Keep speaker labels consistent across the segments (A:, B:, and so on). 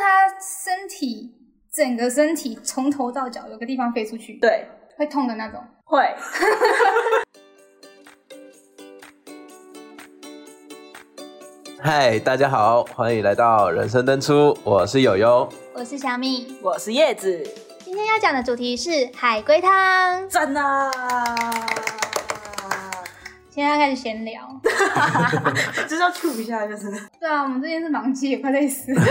A: 他身体整个身体从头到脚有个地方飞出去，
B: 对，
A: 会痛的那种。
B: 会。
C: 嗨，大家好，欢迎来到人生登出，我是友友。
D: 我是小米，
B: 我是叶子，
D: 今天要讲的主题是海龟汤。
B: 赞啊！
A: 现在要开始 闲聊，
B: 就是要 Q 一下，就是。
A: 对啊，我们最近是忙季，也快累死了。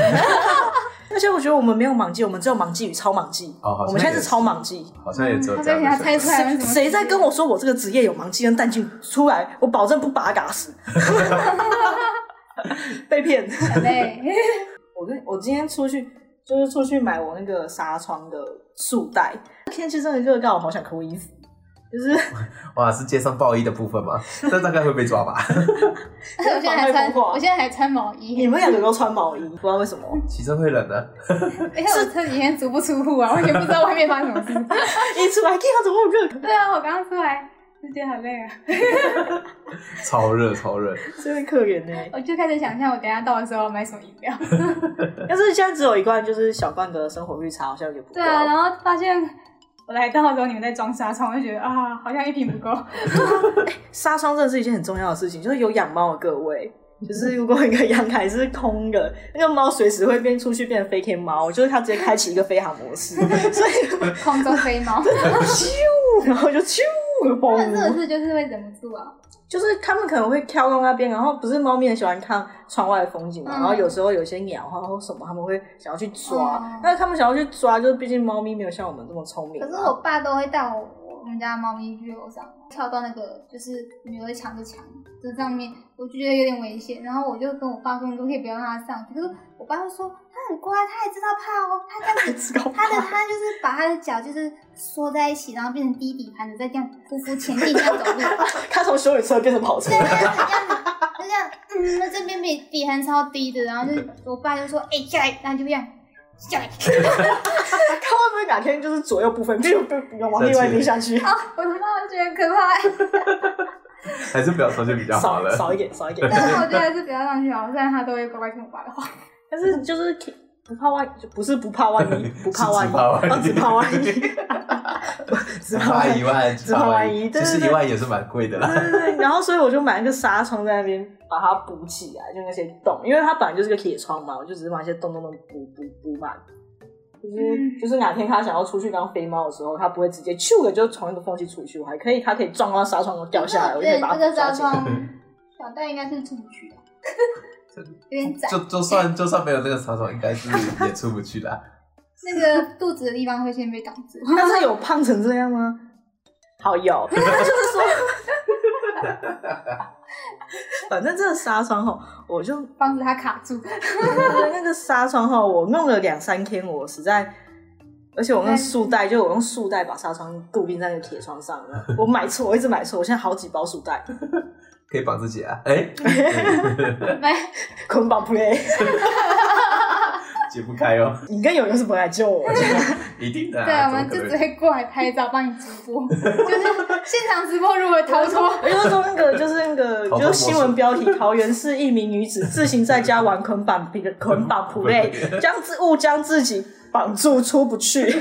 B: 而且我觉得我们没有盲记，我们只有盲记与超盲记。
C: 哦好像
B: 我们现在
C: 也
B: 是
C: 是
B: 超盲记。
C: 好像也只有
A: 他
C: 这
A: 在给
C: 样
A: 他
C: 的
A: 猜
C: 选
B: 啊
A: 出来了什么？
B: 谁在跟我说我这个职业有盲记跟淡季出来，我保证不把他嘎 死。被骗。
A: 很累？
B: 我跟我今天出去就是出去买我那个纱窗的束带，天气真的热到我好想扣衣服，就是
C: 择哇，是街上暴衣的部分吗？那大概会被抓吧？
A: 我现在还
B: 防卫
A: 穿，
B: 不过
A: 我现在还穿毛
B: 你
A: 衣。
B: 们两个都穿毛衣，不知道为什么。
C: 骑车会冷的、
A: 哎呀，我这几天足不出户啊，我也不知道外面发生什么事。
B: 一出来，天啊，怎么那么热？
A: 对啊，我刚刚出来就觉得好累啊，
C: 超热超热。
B: 真的可怜呢、
A: 我就开始想象我等一下到的时候要买什么饮料。
B: 要是现在只有一罐，就是小罐的生活绿茶，好像也不够。
A: 对啊，然后发现我来到的时候你们在装纱窗，我就觉得啊，好像一瓶不够。
B: 纱窗真的是一件很重要的事情，就是有养猫的各位。就是如果一个阳台是空的，那个猫随时会变出去变成飞天猫，就是它直接开启一个飞航 模式，所以
A: 空中飞猫，
B: 咻，然后就 咻，
A: 但是
B: 嘣
A: 不，是就是会忍不住啊？
B: 就是他们可能会跳到那边，然后不是猫咪很喜欢看窗外的风景嘛，
A: 嗯
B: 然后有时候有些鸟啊或什么，他们会想要去抓
A: 哦，
B: 那、他们想要去抓，就是毕竟猫咪没有像我们这么聪明嘛，啊
A: 可是我爸都会带我我们家猫咪去楼上跳到那个就是女儿墙的墙的上面，我就觉得有点危险。然后我就跟我爸说，你可不可以不要让它上去。可是我爸就说它很乖，它也知道怕哦，它这 样子。
B: 知道
A: 它的它就是把它的脚就是缩在一起，然后变成低底盘的，再这样匍匐前进这样走路。
B: 他从修理车变成跑车
A: 对，，他就这样子，就这样，嗯，那这边比底痕超低的，然后就是我爸就说，哎、下来，然后就这样下来，
B: 他会不会哪天就是左右不分，就就就往另外一边下去？
A: 我他妈我觉得很可怕，
C: 还是不要出去比较好
B: 少
C: 了。
B: 少一点，少一点。
A: 但是我觉得还是不要上去好，虽然他都会乖乖听我爸的话，
B: 但是就是不怕万，就不是不怕万 一，不怕万一，哦
C: 是
B: 只
C: 只
B: 怕
C: 怕
B: 万
C: 万
B: 一
C: 一，
B: 只怕
C: 怕
B: 万
C: 一
B: 一。
C: 万，
B: 只怕万一对
C: 其实
B: 对对
C: 一万也是蛮贵的
B: 对
C: 啦。
B: 对对，然后所以我就买一个纱窗在那边把它补起来，就那些洞，因为它本来就是个铁窗嘛，我就只是把那些洞洞洞补补补满。就是
A: 嗯
B: 就是哪天它想要出去当飞猫的时候，它不会直接咻的就从那个缝隙出去，我还可以，它可以撞到纱窗然后掉下来，我就可以把
A: 那
B: 它
A: 我觉得这
B: 抓
A: 个
B: 起来
A: 纱。窗小戴应该是出不去的，有 点窄，
C: 就就算就算没有那个操作，应该是也出不去啦。
A: 那个肚子的地方会先被挡住，
B: 但是有胖成这样吗？好有，就是说，反正这个纱窗吼，我就
A: 防止它卡住。
B: 那个纱窗吼，我弄了两三天，我实在，而且我用束带，就我用束带把纱窗固定在那个铁窗上了。我买错，我一直买错，我现在好几包束带，
C: 可以绑自己啊？哎、
A: 没，
B: 捆绑 play。
C: 解不开哦，
B: 你跟友友是不会来救我，
C: 一定的、啊。
A: 对，我们
C: 怎
A: 就
C: 么可
A: 只
C: 能
A: 会过来拍照，帮你直播，就是现场直播如何逃脱。
B: 我就说那个就是那个
C: 逃
B: 就
C: 脱
B: 是
C: 模式
B: 新闻标题，桃园市一名女子自行在家玩捆绑捆绑 play，将自误将自己绑住出不去，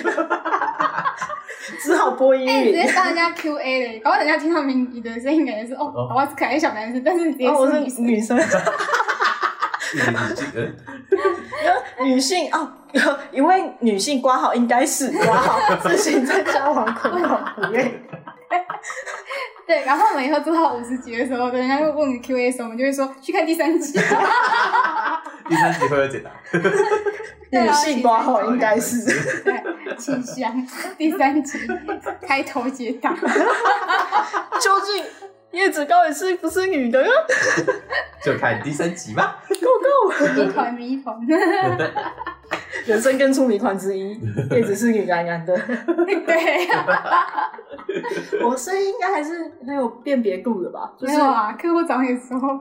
B: 只好播音
A: 哎，你直
B: 乐。
A: 接当人家 Q A 嘞，搞不好人家听到你你的声音，感觉是哦，
C: 哦
A: 搞不好是可爱小男生，但是你直接
B: 然后哦我
A: 是女
B: 是
A: 生。
B: 女生，
C: 女性呃
B: 女性哦，一位女性挂号应该是挂号自行在家玩捆绑 play，
A: 对，然后我们以后做到五十集的时候，人家会问你 Q A 的时候，我们就会说去看第三集。
C: 第三集会有解答。
A: 对啊
B: 女性挂号应该是。
A: 对，清香第三集开头解答。
B: 究竟叶子到底是不是女的呀
C: 就看第三集 呃吧。
B: ？Go go！
A: 谜团谜团，
B: 人生跟出谜团之一，叶子是女男男的。
A: 对，
B: 我声音应该还是很有辨别度的吧？就
A: 没
B: 是
A: 有啊，客户找你的时候，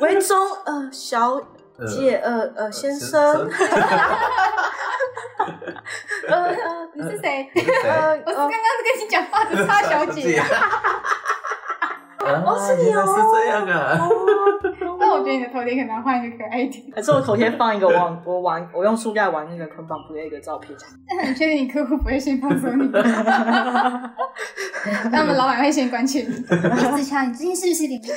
B: 为中呃小
C: 呃
B: 姐呃呃先生呃 呃
A: 你是谁？
C: 对，
B: 呃
A: 我是刚
B: 呃
A: 刚 跟你讲话
C: 哦
A: 的叉 小姐。
C: 啊，
B: 是你哦
C: 原来是这样啊！
B: 哦
A: 那我我觉得你的头贴可能要换一个可爱一点。
B: 还是我头贴放一个我我玩我用书架玩那个捆绑 play 的照 片，
A: 但你确定你客户不会先放 松你？他们老板会先关切你。志强，你最近是不是领困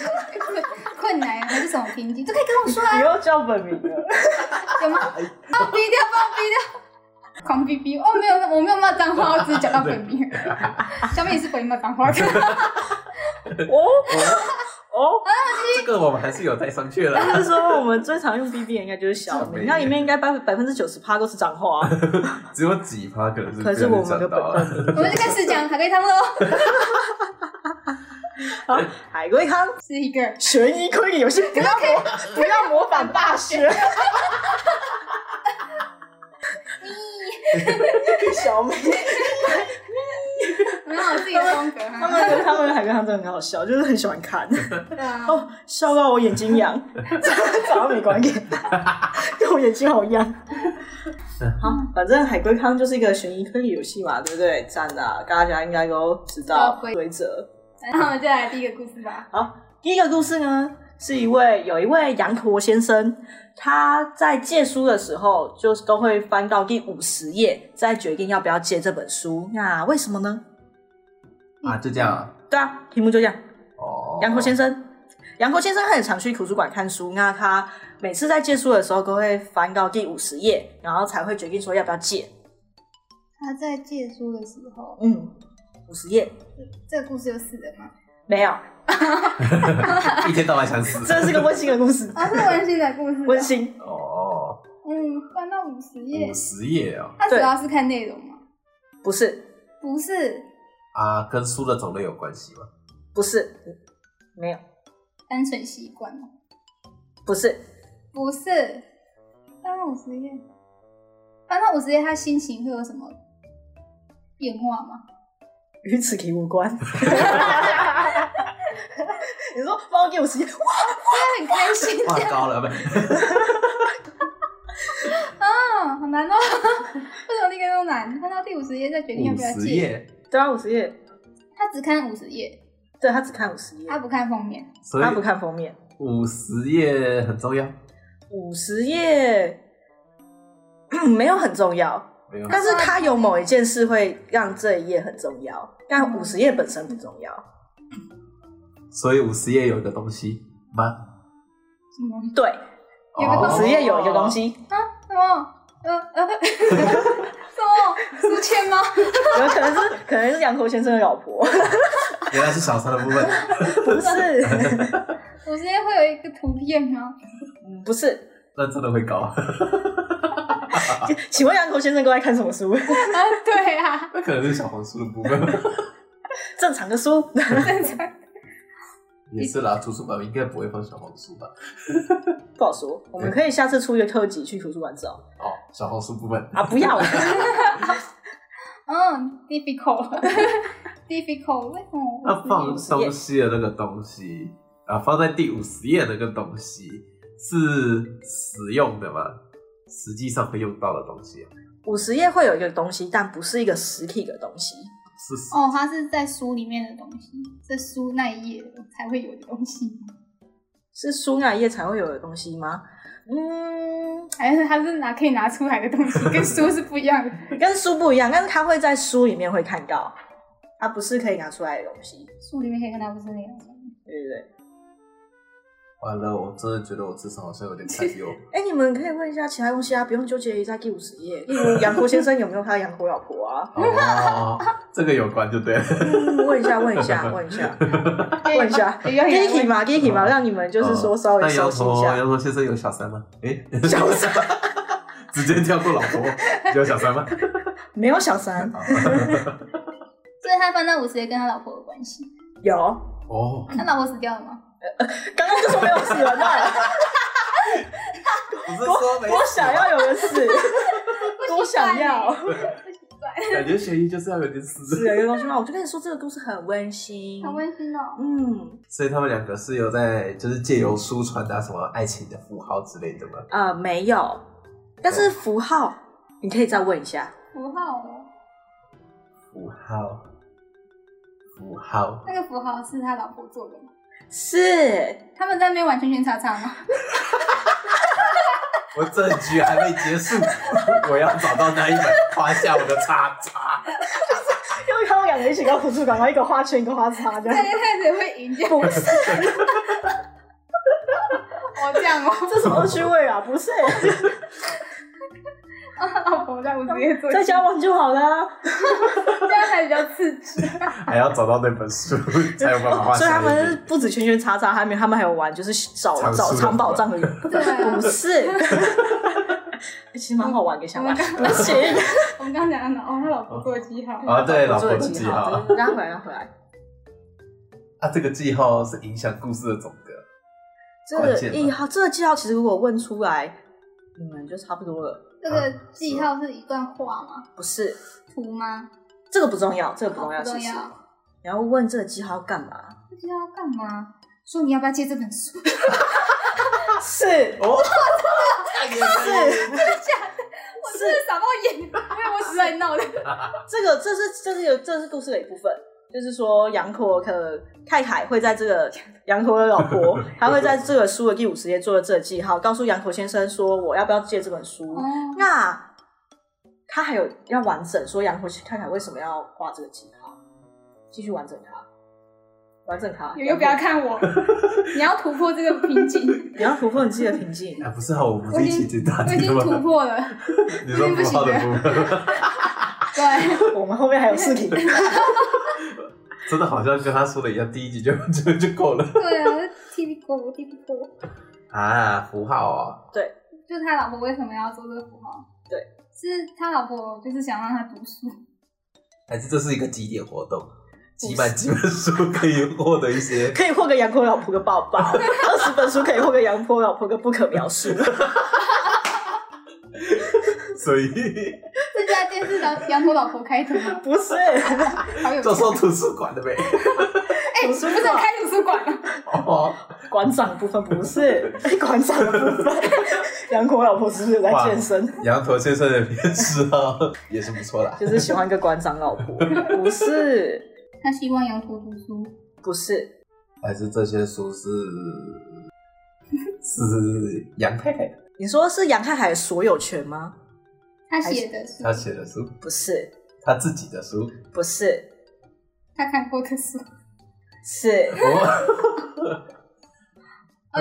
A: 困难还是什么瓶颈？都可以跟我说啊
B: 你，又叫本 名了，
A: 有吗？啊放逼掉，放逼掉，狂逼逼！哦，没有，我没有骂脏话，我只是讲到本名。小美也是本名骂脏话。
B: 哦哦，
C: 这个我们还是有带上去 了。
B: 他是说我们最常用 B B 应该就是小
C: 小
B: 明，
C: 明
B: 那里面应该百百分之九十趴都是脏话，啊
C: 只有几趴可能是
B: 可是
C: 被
B: 我
C: 人
B: 们的
C: 讲
B: 本
C: 到啊
B: 本
C: 了。
B: 名
A: 我们就开始讲海龟汤喽，
B: 好，海龟汤
A: 是一个
B: 悬疑推理游戏，不要模不要模仿大学。 小美，
A: 很好自己的风格哈。
B: 他们他们海龟汤真的很好笑，就是很喜欢看，
A: 对啊，
B: 哦，笑到我眼睛痒， 早上没关系，跟我眼睛好痒。好，反正海龟汤就是一个悬疑推理游戏嘛，对不对？赞的，大家应该都知道
A: 知道
B: 规则。
A: 那我们就来第一个故事吧。
B: 第一个故事呢，是一位有一位羊驼先生，他在借书的时候，就是都会翻到第五十页，再决定要不要借这本书。那为什么呢？
C: 啊，就这样啊。
B: 对啊，题目就这样。
C: 哦，
B: 杨国先生，杨国先生他很常去图书馆看书，那他每次在借书的时候都会翻到第五十页，然后才会决定说要不要借。
A: 他在借书的时候，
B: 嗯，五十页
A: 这个故事有死人吗？，
B: 没有，
C: 一天到晚想 死。
B: 这是个温馨的故事
A: 啊，是温馨的故事。
B: 温。馨。
C: 哦，
A: 嗯，翻到五十页
C: 五。十页哦，
A: 他主要是看内容吗？
B: 不是，
A: 不是，
C: 啊，跟书的种类有关 系吗？
B: 不是，没有，
A: 单纯习惯吗？
B: 不是，
A: 不是，翻到五十页，翻到五十页，他心情会有什么变化吗？
B: 与此题无关。 你说翻到第五十页，哇，
A: 他很开心这
C: 哇，
A: 样
C: 高了呗。
A: 啊，好难哦。 为什么那个都难？翻到第五十页再决定要
C: 五
A: 不要
C: 十
A: 借。
C: 页，
B: 对啊，五十页，
A: 他只看五十页，
B: 对他只看五十页，
A: 他不看封面。
C: 所以
B: 他不看封面。
C: 五十页很重要。
B: 五十页、嗯没有很重要，
C: 没有，
B: 但是它有某一件事会让这一页很重要，但五十页本身不重要。
C: 所以五十页有一个东西吗？哦
A: 什么？
B: 对，
A: 有个
B: 五
A: 东
B: 十页有一个东。西，
A: 什么？呃呃， 什么？书签吗？
B: 有可能是 可能是杨头先生的老婆，
C: 原来是小三的部分。
B: 不是，嗯
A: 五十页会有一个图片吗？
B: 不是。
C: 那真的会高，
B: 请请问杨头先生都在看什么书？
A: 啊，对啊，
C: 那可能是小红书的部分。
B: 正常的书，
A: 正常。
C: 也是啦，图书馆应该不会放小红书吧？
B: 不好说。我们可以下次出一个特辑去图书馆找
C: 哦，小红书部分。
B: 啊！不要，
A: 嗯，difficult，difficult，为什么？
C: 那放东西的那个东西啊，放在第五十页的那个东西是实用的吗？实际上会用到的东西啊、
B: 五十页会有一个东西，但不是一个实体的东西。
C: 是实
A: 哦，它是在书里面的东西，在书那一页才会有的东西，
B: 是书那一页才会有的东西吗？嗯，
A: 还是它是拿可以拿出来的东 西，跟书是不一样的。
B: 跟书不一样，但是它会在书里面会看到，它不是可以拿出来的东西，
A: 书里面可以看到，不是那样。
B: 对不对？
C: 完了，我真的觉得我智商好像有点堪 忧。
B: 哎，你们可以问一下其他东西啊，不用纠结于在第五十页，例如杨国先生有没有他的杨国老婆 啊？
C: 哦，这个有关就对了。
B: 嗯问一下，问一下，问一下，问一 下。
A: 也有
B: g i k
A: 点
B: i 嘛 g i k i 嘛，让你们就是说稍微
C: 那
B: 熟
C: 羊
B: 悉一
C: 驼
B: 下。
C: 羊驼先生哦有小三吗？诶，
B: 小三
C: 直接跳过老婆，有小 三吗？
B: 没有小三，
A: 所以他翻到五十页跟他老婆有关系。
B: 有
C: 哦，
B: 嗯
A: 他老婆死掉了吗？
B: 刚刚就说没有死人啊，
C: 不是说没
B: 多想要有人 死，多想要。
C: 感觉悬疑就是啊要有点死，
B: 是有一个东西吗？我就跟你说，这个故事很温馨，
A: 很温馨哦。
B: 嗯。
C: 所以他们两个是有在就是借由书传达什么爱情的符号之类的吗？
B: 呃，没有，但是符号你可以再问一下。
A: 符号哦，
C: 符号，符号，
A: 那个符号是他老婆做的吗？
B: 是
A: 他们在那边玩圈圈叉叉 吗？
C: 我这局还没结束， 我要找到那一本，画下我的叉叉。
B: 因为他们两个一起搞图书馆，然后一个画圈，一个画叉，这
A: 这
B: 样
A: 一开始会赢掉，
B: 不是
A: 我这样哦，
B: 这什么虚伪啊？不是，
A: 我这样我直接做，
B: 在家玩就好啦。
A: 这样才比较刺激。
C: 还要找到那本书，才有办法
B: 哦
C: 画
B: 所以他
C: 下一
B: 们是
C: 本。
B: 不止圈圈叉叉，还没他们还有玩，就是找
C: 藏
B: 找
C: 书的
B: 藏宝
C: 部
B: 藏的，
A: 对啊
B: 不是。 其实蛮好玩的，想玩
A: 我们
B: 那行，
A: 我们刚刚讲到哪？哦，他老婆做记号，
C: 啊，对，老婆
B: 做
C: 的记号，
B: 对让他回来，让他回 来。
C: 啊，这个记号是影响故事的总和。
B: 这
C: 关
B: 个
C: 键吧
B: 一号，这个记号其实如果问出来，你们就差不多了。
A: 这个记号是一段话吗？
B: 不是，
A: 图吗？
B: 这个不重要，这个不重要。
A: 不重
B: 其实
A: 要，
B: 你要问这个记号干嘛？
A: 不知道干嘛。说你要不要借这本书？
B: 是
C: 哦，是
B: 是，
A: 我真的傻到眼，哦因为我实在闹的。
B: 这个这是这是有这是故事的一部分，就是说杨可可太太会在这个 杨可的老婆，她会在这个书的第五十页做了这个记号，告诉杨可先生说我要不要借这本书。
A: 哦，
B: 那他还有要完整说杨可太太为什么要画这个记号，继续完整它，完整它。
A: 你又不要看我，你要突破这个瓶颈。
B: 你要突破你自己的瓶颈。
C: 啊，不是啊，我们
A: 我
C: 是
A: 已
C: 一起
A: 经
C: 进大
A: 我已
C: 厅
A: 经
C: 的
A: 突
C: 吗？
A: 破了，
C: 你说符号的部分，
A: 对，
B: 我们后面还有事情。
C: 真的好像跟他说的一样，第一集就就就够了
A: 对啊，踢皮过我踢皮过，
C: 啊，符号哦，
A: 就是他老婆为什么要做这个符号？
B: 对，
A: 是他老婆就是想让他读书，
C: 还是这是一个集点活动，集满几本书可以获得一 些
B: 可以获个杨婆老婆个抱 抱，二十本书可以获个杨婆老婆个不可描述。
C: 所 以
A: 这家店是老杨头老婆开的吗？
B: 不是，
A: 好有
C: 就
A: 钱！
C: 说图书馆的呗。
A: 哎、
B: 图
A: 不
B: 书
A: 是
B: 馆
A: 开图书馆吗？
C: 哦，
B: 馆长的部分不是，馆长的部分，杨婆老婆是不是有在健身？
C: 羊驼先生的偏嗜好也是不错啦。
B: 就是喜欢一个馆长老婆，不是，
A: 他希望杨头读书，
B: 不是，
C: 还是这些书是是杨太太
B: 你说是杨太海的所有权吗？
A: 他写的书
C: 她，写的书，
B: 不是，
C: 她自己的书。
B: 不是，
A: 他看过的书。
B: 是
C: 哦，
B: 嗯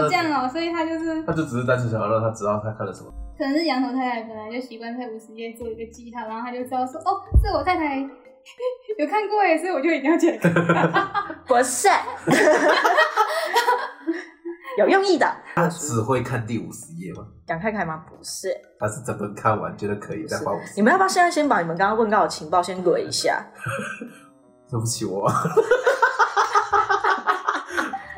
A: 哦，这样哦，所以他就是
C: 她就只是单纯想要让他知道她看了什么。
A: 可能是羊头太太本来就习惯在五十页做一个记号，然后他就知道说，哦，这我太太 有看过耶，所以我就一定要起来看。
B: 不是， 有用意的。
C: 她只会看第五十页吗？
B: 杨太太吗？不是，
C: 她是整本看完觉得可以再画五十
B: 你。们要不要现在先把你们刚刚问到的情报先捋一下？
C: 对不起我，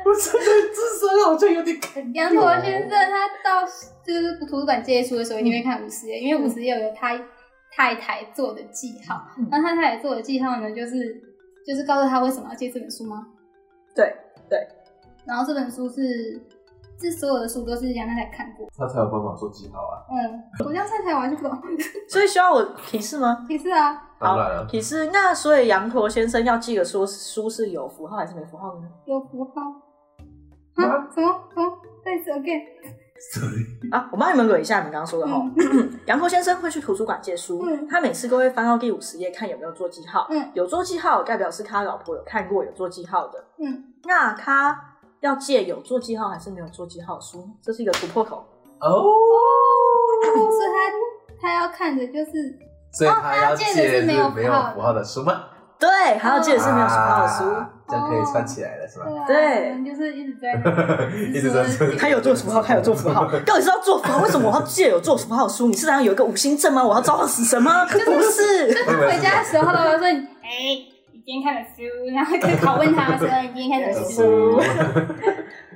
C: 我真的自身好像有点尴尬。
A: 羊驼先生他到就是图书馆借书的时候，一定会看五十页，因为五十页有他太太做的记号
B: 嗯。
A: 那他太太做的记号呢，就是就是告诉他为什么要借这本书吗？
B: 对对。
A: 然后这本书是这所有的书都是杨太太看过。
C: 她才有办法做记号啊。
A: 嗯，我这样看起来我还是不懂。
B: 所以需要我提示吗？
A: 也是啊，
C: 当然了，
B: 提示。那所以羊驼先生要记得说书是有符号还是没符号呢？
A: 有符号啊？什么什么？再一次 again。
C: 所以
B: 啊，我帮你们捋一下你们刚刚说的哈
A: 嗯。
B: 羊驼先生会去图书馆借书，
A: 嗯
B: 他每次都会翻到第五十页看有没有做记号。
A: 嗯
B: 有做记号代表是他老婆有看过有做记号的。
A: 嗯，
B: 那他要借有做记号还是没有做记号的书？这是一个突破口。
C: 哦，
A: 所以他他要看的就是
C: 所以她要
A: 她借的
C: 借
A: 是没有
C: 没
A: 符
C: 有
A: 号的
C: 符号的书吗？
B: 对，还要借是没有符号的书。
C: 啊这样可以串起来了是吧？
A: 对啊，
B: 对
A: 我们就是一直 在
C: 一直在
A: 说
B: 他有做符号，他有做符号， 到底是要做符号？为什么我要借有做符号的书？你是想有一个五星阵吗？我要召唤死神 吗？不是，
A: 他回家的时候，他说：“你哎、你今天看了书。”然后就拷问他说：“你今天看了书
C: 书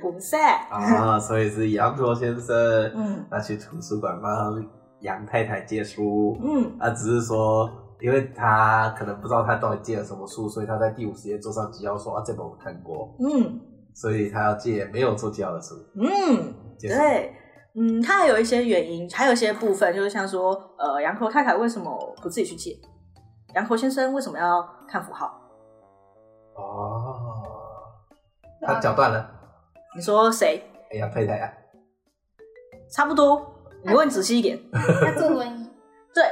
B: 不是。
C: 啊，所以是羊驼先生，
B: 嗯
C: 他去图书馆帮杨太太借书，
B: 嗯，
C: 啊，只是说，因为他可能不知道他到底借了什么书，所以他在第五十页做上记号说啊，这本我看过，
B: 嗯
C: 所以他要借没有做记号的书，
B: 嗯，
C: 借书
B: 对。嗯，它还有一些原因，还有一些部分，就是像说，呃，杨口太太为什么不自己去借？杨口先生为什么要看符号？
C: 哦，他脚断了，
B: 你说谁？
C: 哎呀，太太啊，
B: 差不多。你问仔细一点。
A: 他坐轮椅，
B: 对，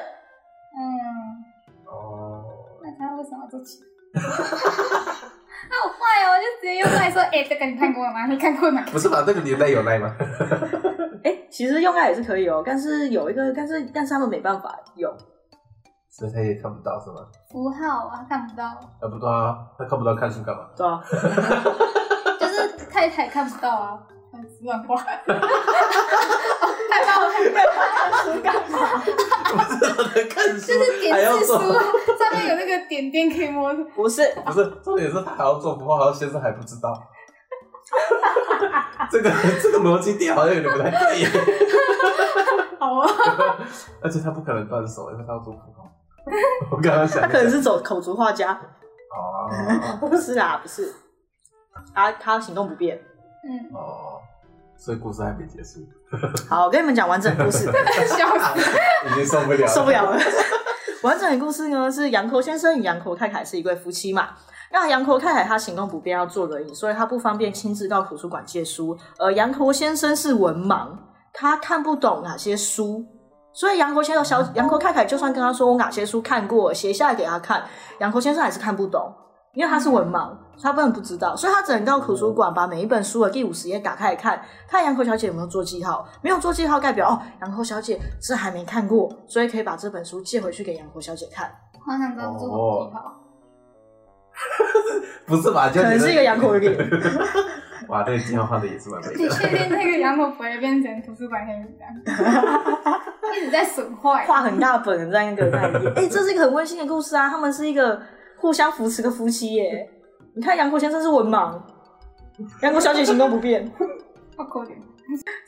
A: 嗯，
C: 哦，
A: 那他为什么要坐起？ 那我坏哦，我就直接用来说，哎、这个你看过了吗？你看过吗？
C: 不是吧？这个年代有赖吗？
B: 哎、其实用爱也是可以哦，但是有一个，但是但是他们没办法用。
C: 所以他也看不到是吗？
A: 符号啊，看不到，
C: 看不到啊，他看不到看书干嘛？
B: 对啊，
A: 就是太太看不到啊，很乱画。看到
B: 看书干嘛？
C: 看书
A: 就是点
C: 还要
A: 字书
C: 做，
A: 啊，上面有那个点点可以摸。
B: 不是，
C: 不是重点是他还要做符号，然后先生还不知 道。这个这个逻辑点好像有点不太对 耶，
A: 好啊，
C: 而且他不可能断手，因为他要做符 号。我刚刚想
B: 他
C: 一下，
B: 可能是走口足画家。
C: 哦
B: 不是啦，不是。他他行动不便。
A: 嗯，
C: 哦，所以故事还没结束，
B: 好，我跟你们讲完整故事，
A: 笑死。
C: 已经受不了了，
B: 受不了了。 完整的故事呢是杨口先生与杨口太太是一对夫妻嘛。那杨口太太她行动不便，要坐轮椅，所以她不方便亲自到图书馆借书。而杨口先生是文盲，他看不懂哪些书，所以杨口先生小杨口太太就算跟他说我哪些书看过，写下来给他看，杨口先生还是看不懂，因为他是文盲，他根本不知道，所以他只能到图书馆把每一本书的第五十页打开来看，看杨口小姐有没有做记号，没有做记号代表哦，杨口小姐这还没看过，所以可以把这本书借回去给杨口小姐看，
A: 好想知道做什么
C: 不是吧？就
B: 可能是一个洋口的脸。
C: 哇，这个记号画的也是完美
A: 你
C: 的。
A: 确定那个羊口不会变成图书馆黑名单？一直在损坏。
B: 画很大本的在那个那里。 哎、这是一个很温馨的故事啊，他们是一个互相扶持的夫妻耶。你看杨国先生是文盲，杨国小姐行动不便，
A: 好可怜。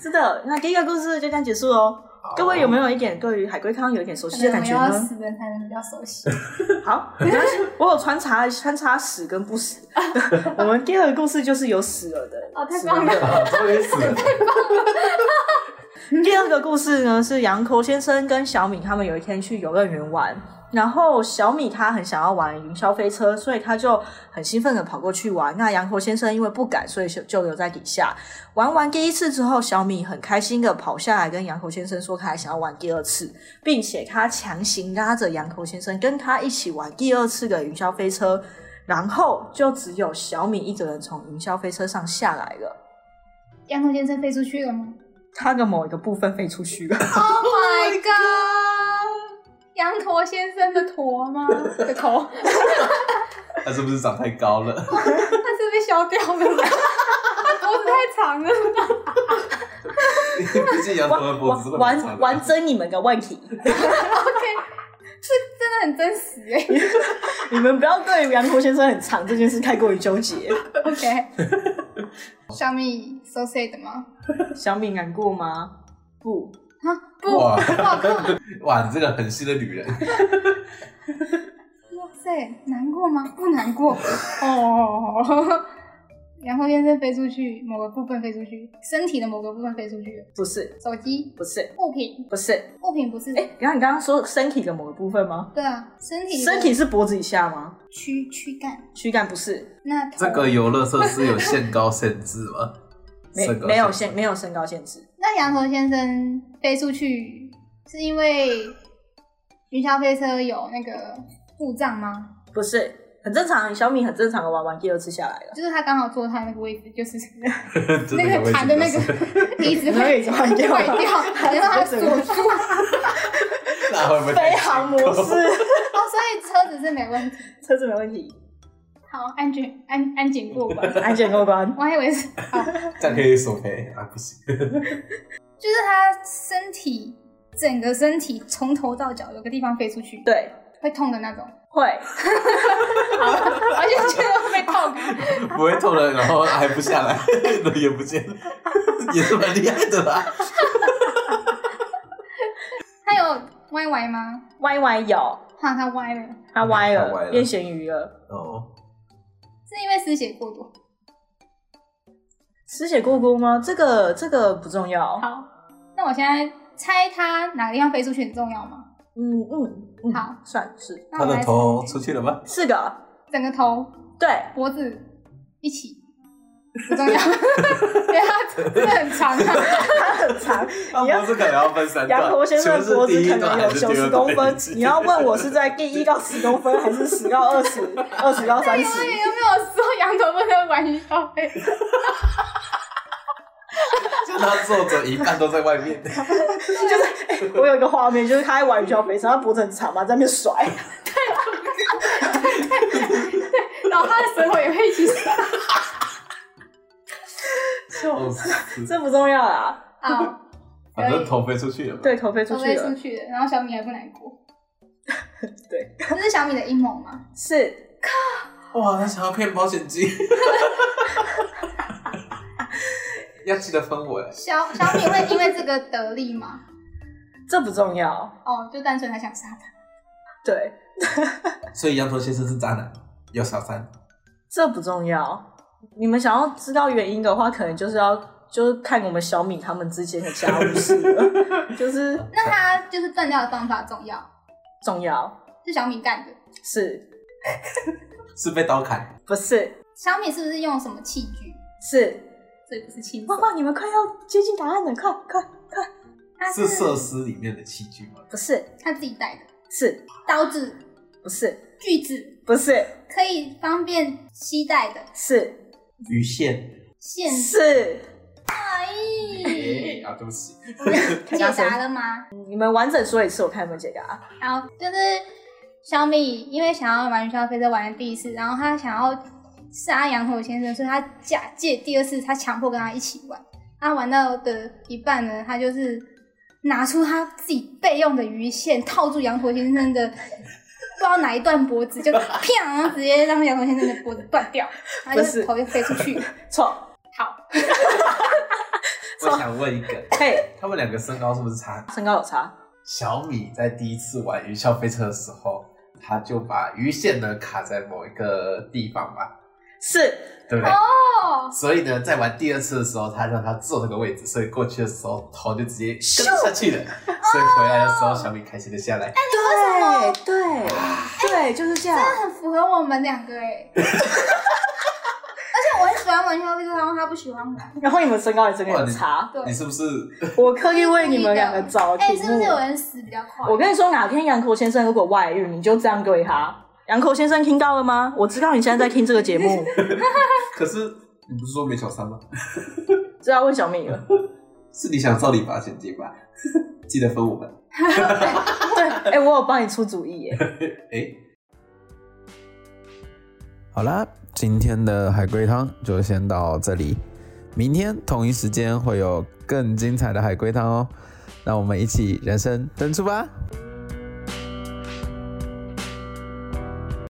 B: 是的。那第一个故事就这样结束哦。
C: 啊
B: 各位有没有一点对于海龟汤有一点熟
A: 可
B: 悉
A: 能
B: 的
A: 我
B: 感
A: 们
B: 觉
A: 要
B: 呢？
A: 死人才能比较熟悉。
B: 好，没关系，我有穿插穿插死跟不死。 我们第二个故事就是有死了的，
A: 哦太
B: 死了
A: 棒了
B: 的
C: 啊？终于死了，
B: 第二个故事呢是杨口先生跟小米他们有一天去游乐园玩，然后小米他很想要玩云霄飞车，所以他就很兴奋的跑过去玩。那杨口先生因为不敢，所以就就留在底下玩完第一次之后，小米很开心的跑下来跟杨口先生说他还想要玩第二次，并且他强行拉着杨口先生跟他一起玩第二次的云霄飞车，然后就只有小米一个人从云霄飞车上下来了，
A: 羊口先生飞出去了吗
B: 他的某一个部分飞出去了。
A: ？Oh my god！羊驼先生的驼吗？的头，
C: 他是不是长太高了？
A: 他是被削掉了吗？ 他脖子太长了。
C: 毕竟 羊驼的脖子是会蛮长
B: 完
C: 的
B: 完真你们的问题，
A: OK，是真的很真实哎、
B: 你们不要对杨驼先生很长这件事太过于纠结。
A: OK，小米 so sad 吗？
B: 小米难过吗？不，
A: 啊，不，
C: 哇
A: 哇靠，
C: 哇，你这个狠心的女人，
A: 哇塞，难过吗？不难过哦。然后先生飞出去，某个部分飞出去，身体的某个部分飞出去了，
B: 不是，
A: 手机
B: 不是，
A: 物品，
B: 不是。
A: 物品不是，
B: 哎、然后你刚刚说身体的某个部分吗？
A: 对啊，身体的
B: 身体是脖子以下吗？
A: 躯躯干，
B: 躯干不是，
A: 那头
C: 这个游乐设施有限高限制吗？
B: 没
C: 身高
B: 没有限，没有身高限制。
A: 那羊头先生飞出去是因为云霄飞车有那个故障吗？
B: 不是，很正常。小米很正常的玩完第二次下来了，
A: 就是他刚好坐他那个位置，就是
C: 就
A: 那个弹的那
C: 位置就是
A: 个 椅子
B: 那个椅子坏掉了啊
A: 坏掉， 然后他锁住，哦，
C: 那会不会太
B: 飞航模 式，
A: 哦所以车子是没问题，
B: 车子没问题，
A: 好，安全安安检过关。
B: 安全过关。
A: 我还以为是好，
C: 这样可以索赔啊？不行，
A: 就是他身体整个身体从头到脚有个地方飞出去，
B: 对，
A: 会痛的那种，
B: 会，
A: 而且觉得会被 痛啊。
C: 不会痛了，然后还不下来， 人也不见， 也是蛮厉害的啦。
A: 他有歪歪吗？
B: 歪歪有，
A: 怕他歪了，
B: 它歪
C: 它嗯歪
B: 了，
C: 了
B: 变咸鱼了。
C: 哦，
A: 是因为失血过多。
B: 失血过多吗？这个这个不重要。
A: 好，那我现在猜他哪个地方飞出去很重要吗？
B: 嗯嗯嗯，
A: 好，
B: 算是
A: 那
C: 他
A: 我来
C: 的头出去了吗？
B: 是个
A: 整个头
B: 对
A: 脖子一起，不 重要，因为它真的很长啊。
B: 它很 长，你要
C: 他不是可能要分 三段，
B: 羊驼先生的脖子可能有
C: 球
B: 九十
C: 是第一
B: 公
C: 段
B: 分
C: 还
B: 你
C: 是，第二
B: 要
C: 段
B: 问我是在第一到十公分，还是十到二 十、二十到三
A: 你
B: 十？
A: 们有哎没有说羊头不能玩笑？
C: 就他坐着一半都在 外面，
B: 我有一个画面，就是他在玩漂肥肠，他脖子很长嘛，在那边 甩，
A: 然后它的舌头也会一起甩。
C: 笑 死！
B: 这不重要啦。
A: 啊，
C: 哦反正头飞出去了嘛。
B: 对，头飞 出
A: 都
B: 去
A: 被出
B: 了，
A: 去了，然后小米还不难过。
B: 对，
A: 这是小米的阴谋吗？
B: 是
C: 哇，他想要骗保险金， 要记得分我。
A: 小小米会因为这个得利吗？
B: 这不重要，
A: 哦，就单纯他想杀他。
B: 对，
C: 所以羊驼先生是渣男，有小三。
B: 这不重要。你们想要知道原因的话，可能就是要就是看我们小米他们之间的家务事了，就是
A: 那他就是断掉的方法重要，
B: 重要
A: 是小米干的。
B: 是
C: 是被刀砍，
B: 不是
A: 小米是不是用什么器具？
B: 是？
A: 这不是器 具
B: 哇，哇，你们快要接近答案了，快快！
A: 他
C: 是设施里面的器具吗？
B: 不是
A: 他自己带的
B: 是
A: 刀子、
B: 不是
A: 锯子，
B: 不是
A: 可以方便携带的
B: 是
C: 鱼线。
A: 线
B: 是？
A: 哎，
C: 哎啊，对不起，
A: 解答了吗？
B: 你们完整说一次，我看有没有解答。
A: 好，就是小米因为想要玩消费者玩的第一次，然后他想要杀羊头先生，所以他假借第二次，他强迫跟他一起玩。他玩到的一半呢，他就是拿出他自己备用的鱼线套住羊驼先生的。不知道哪一段脖子就 啪，然后直接让羊驼先生的脖子断掉，然后就
B: 不是
A: 头就飞出去 了。
B: 错，
A: 好，
C: 我想问一个，
B: 嘿，
C: 他们两个身高是不是差？
B: 身高有差，
C: 小米在第一次玩云霄飞车的时候，他就把鱼线呢卡在某一个地方嘛，
B: 是
C: 对不对？
A: 哦，
C: 所以呢，在玩第二次的时候，他让他坐那个位置，所以过去的时候头就直接跟下去了。所以回来的时候，小米开心的
A: 哎
C: 下来。
B: 对对对，就是这样。
A: 很符合我们两个哎、 而且我很喜欢玩消费者，然后他不喜欢玩。
B: 然后你们身高也真的有差，
A: 对
C: 你，是不是
B: 我刻意为你们两个找
A: 哎、
B: 题
A: 是不
B: 目
A: 是。有人死比较快？
B: 我跟你说，哪天杨口先生如果外遇，你就这样对他。杨口先生听到了吗？我知道你现在在听这个节目，
C: 可是你不是说没小三吗？
B: 知道问小米了。
C: 是你想照理罚钱金吧？ 记得分我们。
B: 对，哎、我有帮你出主意耶。
C: 哎，好啦，今天的海龟汤就先到这里，明天同一时间会有更精彩的海龟汤哦。让我们一起人生登出吧！